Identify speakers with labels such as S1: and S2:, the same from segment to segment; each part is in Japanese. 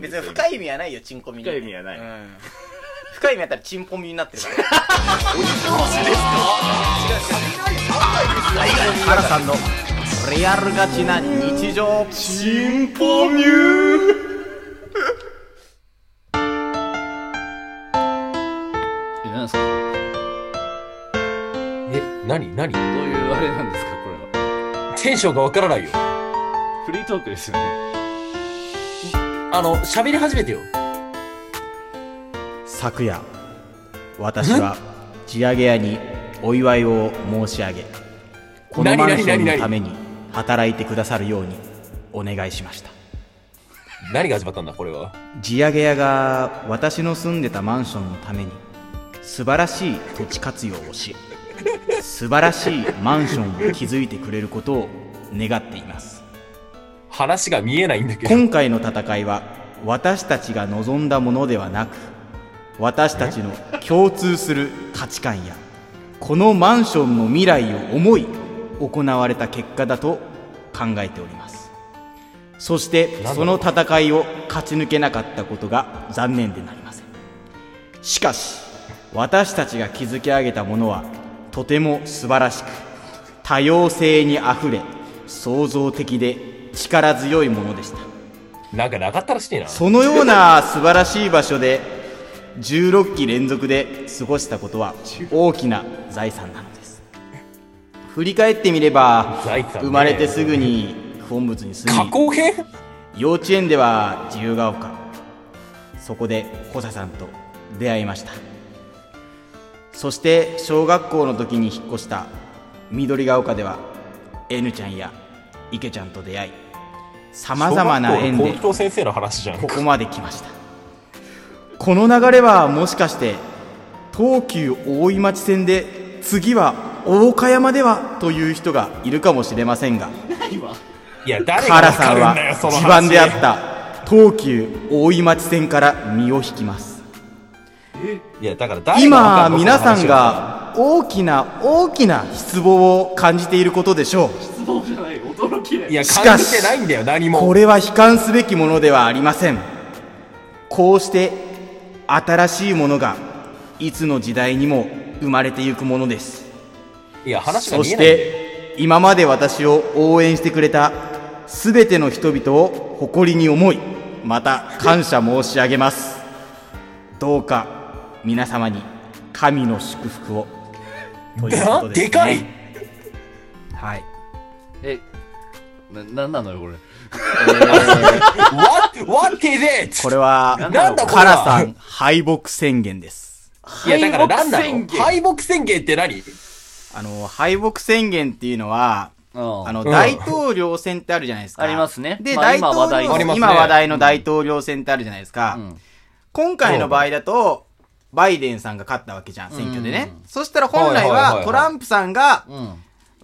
S1: 別に深い意味はないよチンコミに
S2: 深い意味はない
S1: うん深い意味あったらチンポミになって るから原さんのリアルガチな日常
S2: チンポミュー
S3: え、なんですかど
S4: え、なになに
S3: ういうあれなんですかこれは。
S4: テンションがわからないよ。
S3: フリートークですよね。
S4: あの、喋り始めてよ。
S1: 昨夜私は地上げ屋にお祝いを申し上げこの
S4: 何
S1: マン
S4: 何
S1: ションの
S4: 何
S1: ために働いてくださるようにお願いしました
S4: 何が始まったんだ、これは。
S1: 地上げ屋が私の住んでたマンションのために素晴らしい土地活用をし素晴らしいマンションを築いてくれることを願っています
S4: 話が見えないんだけど。
S1: 今回の戦いは私たちが望んだものではなく私たちの共通する価値観やこのマンションの未来を思い行われた結果だと考えておりますそして
S4: なんだろう
S1: その戦いを勝ち抜けなかったことが残念でなりませんしかし私たちが築き上げたものはとても素晴らしく多様性にあふれ創造的で力強いものでした
S4: なんかなかったらしいな。
S1: そのような素晴らしい場所で16期連続で過ごしたことは大きな財産なのです振り返ってみれば
S4: 財産ね
S1: 生まれてすぐに本物に住
S4: 加
S1: み
S4: 工編
S1: 幼稚園では自由が丘そこでコサさんと出会いましたそして小学校の時に引っ越した緑が丘では N ちゃんや池ちゃんと出会いさまざまな縁
S4: 小学校の
S1: で
S4: 校長先生の話じゃん。
S1: ここまで来ましたこの流れはもしかして東急大井町線で次は大岡山ではという人がいるかもしれませんが
S4: いや、誰が
S1: 原
S4: わ
S1: さ
S4: か
S1: ん
S4: る
S1: は
S4: んだよ、その話。
S1: 地盤であった東急大井町線から身を引きます
S4: いや、だから誰がわか
S1: 今
S4: るの
S1: 皆さん。が大きな大きな失望を感じていることでしょう
S3: そうじゃない、驚き
S4: いや、
S1: しか
S4: 感
S1: し
S4: じてないんだよ、何も。
S1: これは悲観すべきものではありませんこうして新しいものがいつの時代にも生まれてゆくものです
S4: いや、話が
S1: そ
S4: 見え
S1: し
S4: ないんだよ。
S1: て今まで私を応援してくれた全ての人々を誇りに思いまた感謝申し上げますどうか皆様に神の祝福をということ
S4: な
S1: です、ね、
S4: でかい
S1: はい
S3: え、な、なんなのよ、これ。
S4: !What? What is it?
S1: これは
S4: なんだこれは
S1: カラさん敗北宣言です
S4: いや、だからなんだ
S3: 敗北
S4: ろ
S3: 宣
S4: う
S3: 言
S4: 敗北宣言って何
S1: あの、敗北宣言っていうのは、
S3: うん
S1: あの、
S4: うん
S1: 大統領選ってあるじゃないですか。
S3: ありますね
S1: で、
S3: まあ
S1: 大
S3: 今
S1: 統
S3: 話題
S1: 領
S4: ありますね
S1: 今話題の大統領選ってあるじゃないですか。
S3: うん
S1: 今回の場合だと、バイデンさんが勝ったわけじゃん、選挙でね。そしたら本来
S4: はいはいはいは
S1: はいトランプさんが
S3: うん。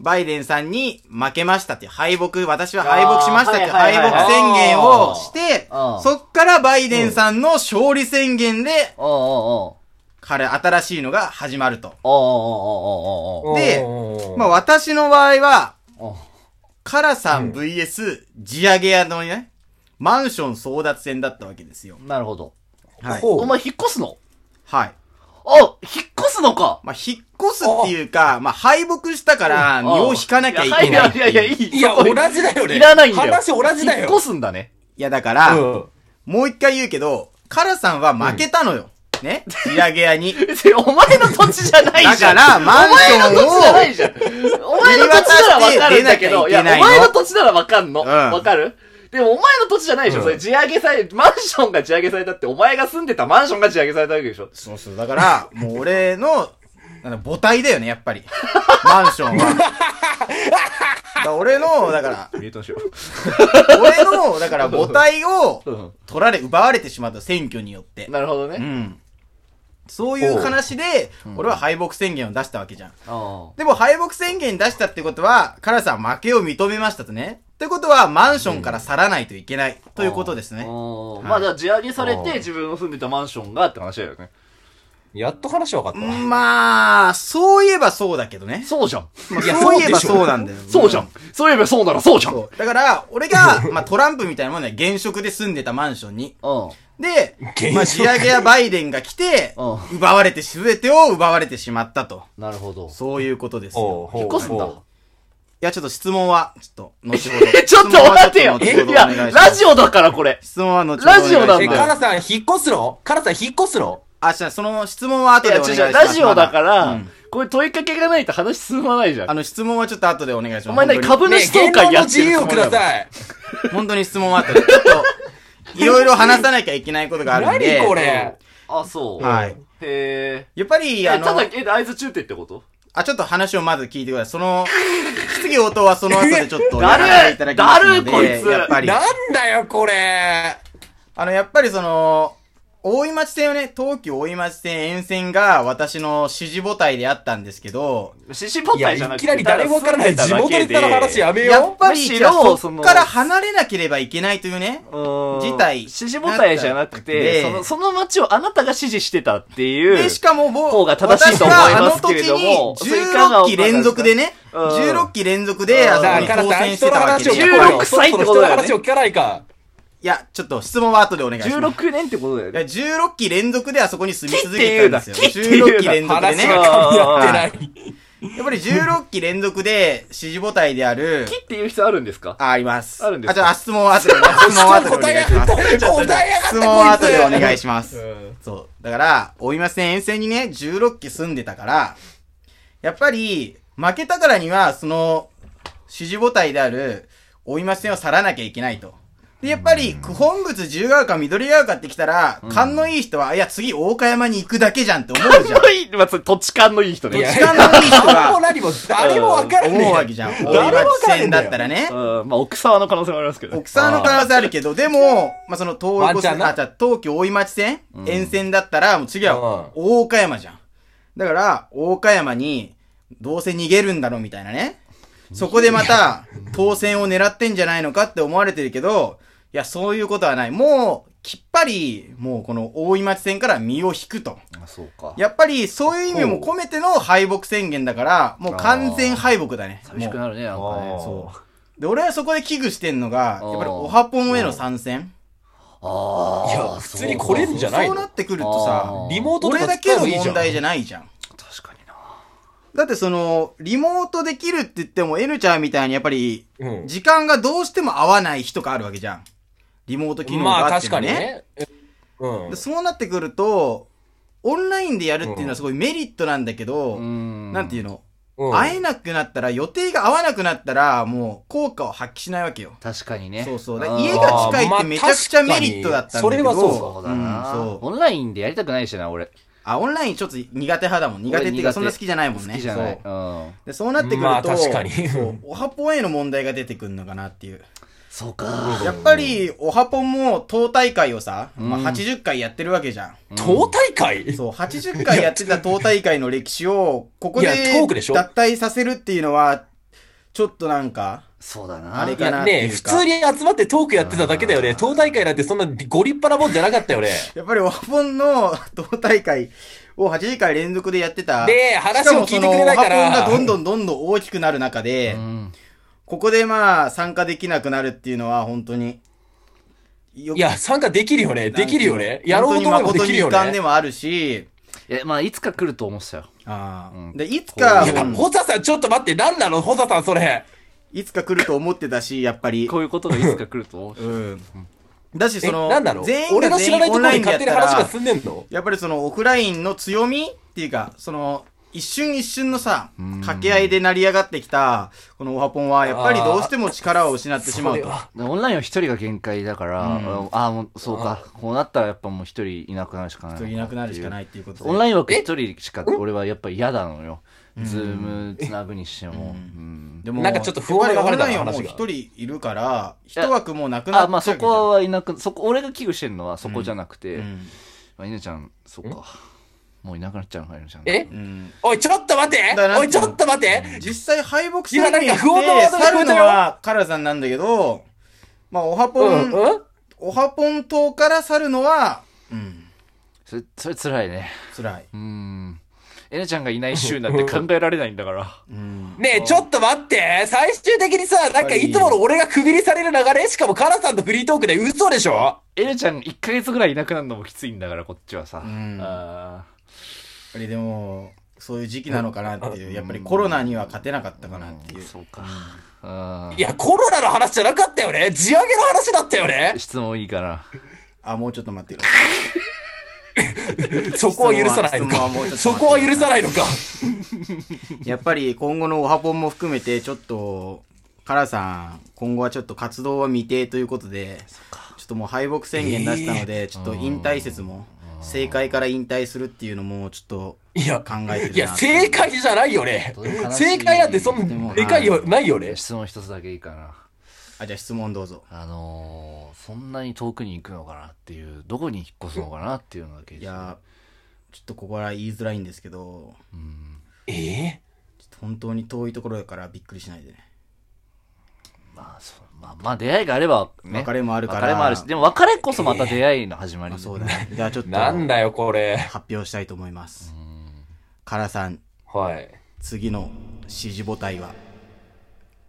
S1: バイデンさんに負けましたっていう敗北、私は敗北しましたっていう
S3: あーは
S1: 敗
S3: いはいはい
S1: 北宣言をして、
S3: あー
S1: そっからバイデンさんの勝利宣言で、
S3: おうおうおう
S1: 彼、新しいのが始まると。
S3: おうおうおうおうおうおう
S1: で
S4: おー
S1: まあ私の場合は、
S3: おう
S1: カラさん VS 地上げ屋のね、マンション争奪戦だったわけですよ。
S3: なるほど。
S1: はい。
S4: ほう
S3: お前引っ越すの
S1: はい。
S3: あ、引っ越すのか
S1: まあ、引っ越すっていうか、まあ、敗北したから、身を引かなきゃいけないって
S3: い
S1: いう。
S3: やいやい
S1: い
S3: や、いい。
S4: いや、
S3: そこ
S4: 同じだよね。
S3: いらないんだよ。
S4: 話同じだ
S3: 引
S4: よ。
S3: っ越すんだね。
S1: や、だから、
S4: うん
S1: もう一回言うけど、カラさんは負けたのよ。ね地上げ屋 に。
S3: 別にお前の土地じゃないじゃん。
S1: だからマンションを
S3: お前の土地じゃないじゃん。お前の土地ならわかるんだけど、
S1: 売
S3: い
S1: り渡して出なきゃいけな
S3: や、
S1: いの
S3: お前の土地ならわかんの。
S1: ん
S3: わかるでもお前の土地じゃないでしょ。
S4: うん
S3: それ地上げされ、マンションが地上げされたって、お前が住んでたマンションが地上げされたわけでしょ。
S1: そうそう。だから、もう俺の、なんだ母体だよね、やっぱり。 マンションは。だから俺の、だから、
S3: ミュートにしよう。
S1: 俺の、だから母体を
S3: うん
S1: 取られ、奪われてしまった選挙によって。
S3: なるほど
S1: う
S3: ね。
S1: ん。そういう話で、俺は敗北宣言を出したわけじゃん。
S3: あ
S1: でも敗北宣言出したってことは、カラさん負けを認めましたとね。ってことは、マンションから去らないといけない、ということです
S3: あ。
S1: ね。
S3: ああまあ、じゃあ地上げされ
S4: はい
S3: て自分の住んでたマンションがって話だよね。
S4: やっと話分かったわ。
S1: まあ、そういえばそうだけどね。
S3: そうじゃん。
S1: まあ
S4: いや
S1: そういえば
S4: そうでしょ
S1: そうなんだよ。
S3: そうじゃん。そういえばそうならそうじゃん。うん。
S1: そうだから、俺が、まあトランプみたいなもんね、現職で住んでたマンションに。で、まあ、
S4: 現
S1: 地
S4: 職
S1: 上げやバイデンが来て
S3: う、
S1: 奪われて、すべてを奪われてしまったと。
S3: なるほど。
S1: そういうことです
S4: お
S1: よ。
S4: うほう
S3: 引っ越すんだ。
S1: いや、ちょっと質問は、ちょっと、後ほど。
S3: え、ちょっと待ってよ。
S1: 質問はちょっと後ほ
S3: い
S1: ど
S3: や、
S1: お願します
S3: ラジオだからこれ。
S1: 質問は後ほど。
S3: ラジオなんだ
S4: え、
S3: よ
S4: カナさん、引っ越すのカナさん、引っ越すの
S1: あ、じゃあその質問は後
S3: い
S1: で
S3: や、
S1: お願い
S3: 違
S1: しま
S3: う、
S1: す。
S3: ラジオだか
S1: う
S3: ら
S1: ん、
S3: これ問いかけがないと話進まないじゃ
S1: あ
S3: ん。
S1: の、質問はちょっと後でお願いします。
S3: お前何
S1: 本当
S3: 株
S1: に
S4: ね
S3: 主総会やってる
S4: 言論の自由をください。
S1: 本当に質問は後で。ちょっと、いろいろ話さなきゃいけないことがあるん で。
S4: 何これ
S3: あ、そう。
S1: はい。
S3: へ
S1: やっぱり、
S3: え。
S1: あ
S3: あ、
S1: の、
S3: ただ、え、合図中継ってこと
S1: あ、ちょっと話をまず聞いてください。その、質疑応答はその後でちょっ と
S3: だるい
S1: やらせていただきますので。
S3: だるいこいつ
S1: やっぱり。
S4: なんだよ、これ。
S1: あの、やっぱりその、大井町線をね、東急大井町線沿線が私の支持母体であったんですけど、
S3: 獅子ポ
S4: いや、
S3: タ
S4: い
S3: じゃなくて。
S4: きなり誰もわからない地元ネタの話やめ
S1: やっ
S4: よ
S1: ぱり、
S3: むしろ
S1: じゃあそ
S3: そ
S1: っ
S3: の
S1: から離れなければいけないというね、
S3: 自
S1: 自体
S3: 支持母体じゃなく
S1: な
S3: て、そ
S1: ったんで
S3: の、その街をあなたが支持してたっていう。
S1: で、しかももう、
S3: 方が正しいと思いますけれども
S1: 私があの時に16期連続でね、
S3: うん
S1: 16期連続で、
S3: うん
S1: あ
S4: う。
S1: の
S4: だか
S1: 当
S4: らさ、
S1: 選して
S4: 人の
S1: たわけ
S4: 話を
S1: で
S4: 聞
S1: すよ。
S3: 人の16
S4: こうよ。そろ
S3: 歳ってこと
S4: そろ人の
S3: だよね
S4: 話を聞かないか。
S1: いや、ちょっと質問は後でお願いします。
S3: 16年ってことだよ
S1: いや
S3: ね。
S1: 16期連続であそこに住み続けてたんですよ。
S3: 切って言うな
S1: 16
S3: 切って
S1: 期
S3: 言
S1: 連
S3: う
S1: 続で
S4: 話
S1: ね。
S4: が
S1: や
S4: 噛み合ってない。
S1: っぱり16期連続で支持母体である、
S3: 木っていう人あるんですか
S1: あ、あります。
S3: あるんですか
S1: あ、じゃあ質問は後 で、質問は後でお願いします。
S4: 答えやがった
S1: 質問は後でお
S4: こい
S1: 願いします。そう。だから、大今線沿線にね、16期住んでたから、やっぱり、負けたからには、その、支持母体である、大今線を去らなきゃいけないと。で、やっぱり、九本仏十川か緑川かってきたら、勘のいい人は、いや、次、大岡山に行くだけじゃんって思うじゃん。
S3: いい、まあ、それ土地勘のいい人
S4: ついや
S3: ね。
S1: 時間のいい人が
S4: 何も何も誰もわから ねえ
S1: 思うわけじゃん。
S4: 誰も
S1: 大
S4: わ
S1: 今
S4: からねえ
S1: 線
S4: んだ
S1: だ
S4: よ
S1: ったらね
S3: う。ん、まあ、奥沢の可能性もありますけどね。
S1: 奥さんの可能性あるけ ど、でも、まあ、その
S4: ワ
S1: 東
S4: ン
S1: 横
S4: チャン
S1: 線、
S4: な
S1: あ、じゃあ東京大井町線、沿線だったら、もう次は大岡山じゃん。だから、大岡山に、どうせ逃げるんだろうみたいなね。そこでまた、当選を狙ってんじゃないのかって思われてるけど、いや、そういうことはない。もう、きっぱり、もうこの大井町線から身を引くと。
S3: あそうか。
S1: やっぱり、そういう意味も込めての敗北宣言だから、もう完全敗北だね。
S3: 寂しくなるね、なんかね。
S1: そう。で、俺はそこで危惧してんのが、
S3: あー
S1: やっぱりオハポンへの参戦
S3: ああ。
S4: いや、普通に来れるんじゃない
S1: そうな
S4: の
S1: ってくるとさ、
S3: あー
S4: リモートと
S1: 俺
S4: か
S1: だ
S4: 使
S1: け
S4: え
S1: の
S4: ばいいじゃ
S1: 問
S4: ん。
S1: 題じゃないじゃん。
S3: 確かにな。
S1: だってその、リモートできるって言っても、N ちゃんみたいにやっぱり、
S4: うん
S1: 時間がどうしても合わない日とかあるわけじゃん。リモート機能
S4: ま
S1: が
S4: あ
S1: あって
S4: 確
S1: も
S4: か
S1: ね。
S4: にね。うん
S1: で。そうなってくると、オンラインでやるっていうのはすごいメリットなんだけど、なんていうの、
S4: うん
S1: 会えなくなったら、予定が合わなくなったら、もう効果を発揮しないわけよ。
S3: 確かにね。
S1: そうそう。
S3: ん
S1: だから家が近いってめちゃくちゃメリットだったんだけど。
S4: まあ確かにそれは
S3: そうだな、
S1: うんそう
S3: オンラインでやりたくないしな、俺。
S1: あ、オンラインちょっと苦手派だもん。苦手っていう
S3: 俺苦
S1: か、
S3: 手
S1: そんな好きじゃないもんね。
S3: 好きじゃない。
S1: そう
S3: うん。
S1: で、そうなってくると、
S4: まあ確かに
S1: そう、オハポンへの問題が出てくるのかなっていう。
S3: そうか。
S1: やっぱり、オハポンも、党大会をさ、まあ、80回やってるわけじゃん。
S4: 党大会
S1: そう、80回やってた党大会の歴史を、ここで、
S4: いやトークでしょ
S1: 脱退させるっていうのは、ちょっとなんか、
S3: そうだな。
S1: あれ
S4: い
S1: かな
S4: や
S1: って
S4: ねえ、
S1: いう
S4: 普
S1: か。
S4: 通に集まってトークやってただけだよね。党大会なんてそんなご立派なもんじゃなかったよね。
S1: やっぱりオハポンの党大会を80回連続でやってた。
S4: で話を聞いてくれないから
S1: しもそのオハポンがどんどんどんどん大きくなる中で、ここでまあ参加できなくなるっていうのは本当に、よ
S4: いや、参加できるよね。できるよね。やろうと思えば
S1: 本
S4: で
S1: 当
S4: き
S1: に
S4: る
S1: 誠
S4: よ
S1: に遺憾で
S4: ね。
S1: もあるし、
S3: え、まあ、いつか来ると思ってたよ。
S1: ああ
S3: うん
S1: で、いつか、
S4: いや、
S1: うん
S4: ホサさん、ちょっと待って、なんなのホサさん、それ。
S1: いつか来ると思ってたし、やっぱり。
S3: こういうことがいつか来ると思 って
S1: うん。だし、
S4: え、
S1: その、
S4: なんなの
S1: 全員
S4: 俺
S1: が
S4: の知ら
S1: 全
S4: な
S1: 員
S4: い
S1: オ
S4: とこ
S1: ンライ
S4: ろに
S1: ンでやっ
S4: 勝手に
S1: た
S4: 話が
S1: ら、
S4: 進んでんの
S1: やっぱりそのオフラインの強みっていうか、その、一瞬一瞬のさ、掛け合いで成り上がってきた、このオハポンは、やっぱりどうしても力を失ってしまうと。
S4: は。
S3: た。オンラインは一人が限界だから、
S1: うん
S3: ああ、もう、そうか。こうなったらやっぱもう一人いなくなるしかない。。
S1: 人いなくなるしかないいっていうことで。
S3: オンライン枠一人しか、俺はやっぱ嫌なのよ。ズームつなぐにしても。うん
S1: でも
S4: なんかちょっと不穏な流
S1: やっぱりオ
S4: れだな
S1: ンラインはもう
S4: 話が
S1: 一人いるから、一
S3: や
S1: 枠もうなくなっちゃう
S3: あ、まあそこはいなく、そこ、俺が危惧してるのはそこじゃなくて、
S1: うん。
S3: まあ、犬ちゃん、そっか。もういなくなっちゃうのか、犬ちゃん。
S4: え
S1: うん。
S4: おい、ちょっと待って
S1: だから
S4: おい、ちょっと待って
S1: 実際敗北
S4: いやなんか不穏なワードが
S1: 去
S4: 聞こ
S1: る
S4: えた
S1: の
S4: よ
S1: はカラさんなんだけど、まあ、オハポ
S4: う
S1: ン、
S4: ん、うん
S1: オハポン島から去るのは、うん。
S3: それ、それ辛いね。
S1: 辛い。
S3: うん。えなちゃんがいない週なんて考えられないんだから。
S4: ねえ、ちょっと待って最終的にさ、なんかいつもの俺が区切りされる流れしかもカラさんとフリートークで嘘でしょ
S3: えなちゃん1ヶ月ぐらいいなくなるのもきついんだから、こっちはさ。
S1: ん
S3: あ
S1: やっぱりでも、そういう時期なのかなっていう、やっぱりコロナには勝てなかったかなって
S3: ー
S1: いう。
S3: そうか。あ
S4: いや、コロナの話じゃなかったよね地上げの話だったよね
S3: ー質問いいかな。
S1: あ、もうちょっと待ってよ。
S4: そこは許さないの
S1: 質問はもうちょっと待って
S4: か。そこは許さないのか。
S1: やっぱり今後のオハポンも含めて、ちょっと、カラさん、今後はちょっと活動は未定ということで、ちょっともう敗北宣言出したので、ちょっと引退説も、政界から引退するっていうのも、ちょっと
S4: いや、
S1: 考えてるな。
S4: いや、正解じゃないよね
S3: どういう悲。しい
S4: 正解なんてそ
S1: で
S4: ん
S1: も
S4: な、でかいよ、ないよね。
S3: 質問一つだけいいかな。
S1: あ、じゃあ質問どうぞ。
S3: あのー、そんなに遠くに行くのかなっていう、どこに引っ越すのかなっていうのだけ。
S1: いや、ちょっとここは言いづらいんですけど、
S3: うん。
S4: え
S1: ちょっと本当に遠いところだからびっくりしないでね。
S3: まあ、そうまあ、まあ、出会いがあれば、ね。
S1: 別れもあるから
S3: 別れもあるし、でも別れこそまた出会いの始まり。
S1: あそうだね。じゃあちょっ
S4: え
S1: と
S4: なん
S1: 発
S4: だよ、これ。
S1: 表したいと思います。カラさん、
S4: はい。
S1: 次の支持母体は、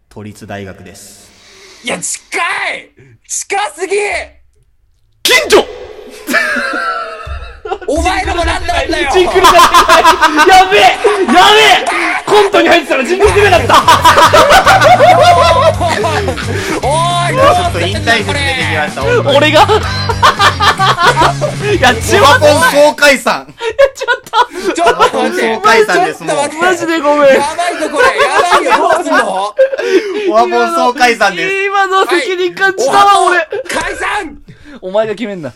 S1: 都立大学です。
S4: いや、近い近すぎ
S3: 近所
S4: お前のもなんなんだよ
S3: ジンクルだやべえやべえコントに入ってたらジンクル出なかった
S4: おいどう
S1: ちょっと
S4: す
S1: 引退
S4: ん
S1: 説
S4: だよ
S1: 出て
S4: これ
S1: きました。本当に
S3: 俺がやっち
S1: オ
S3: ま
S1: ワ
S3: った
S1: コン公開さん
S4: ちょっと待って
S1: 公開さんです
S4: ち
S1: も
S4: ょっ
S1: う
S4: と待って
S3: マジでごめん
S4: やばいぞこれやばいよどうすんの
S1: オワコン総会さんです。
S3: 今の責任感じたわ、俺
S4: 解散
S3: お前が決めんな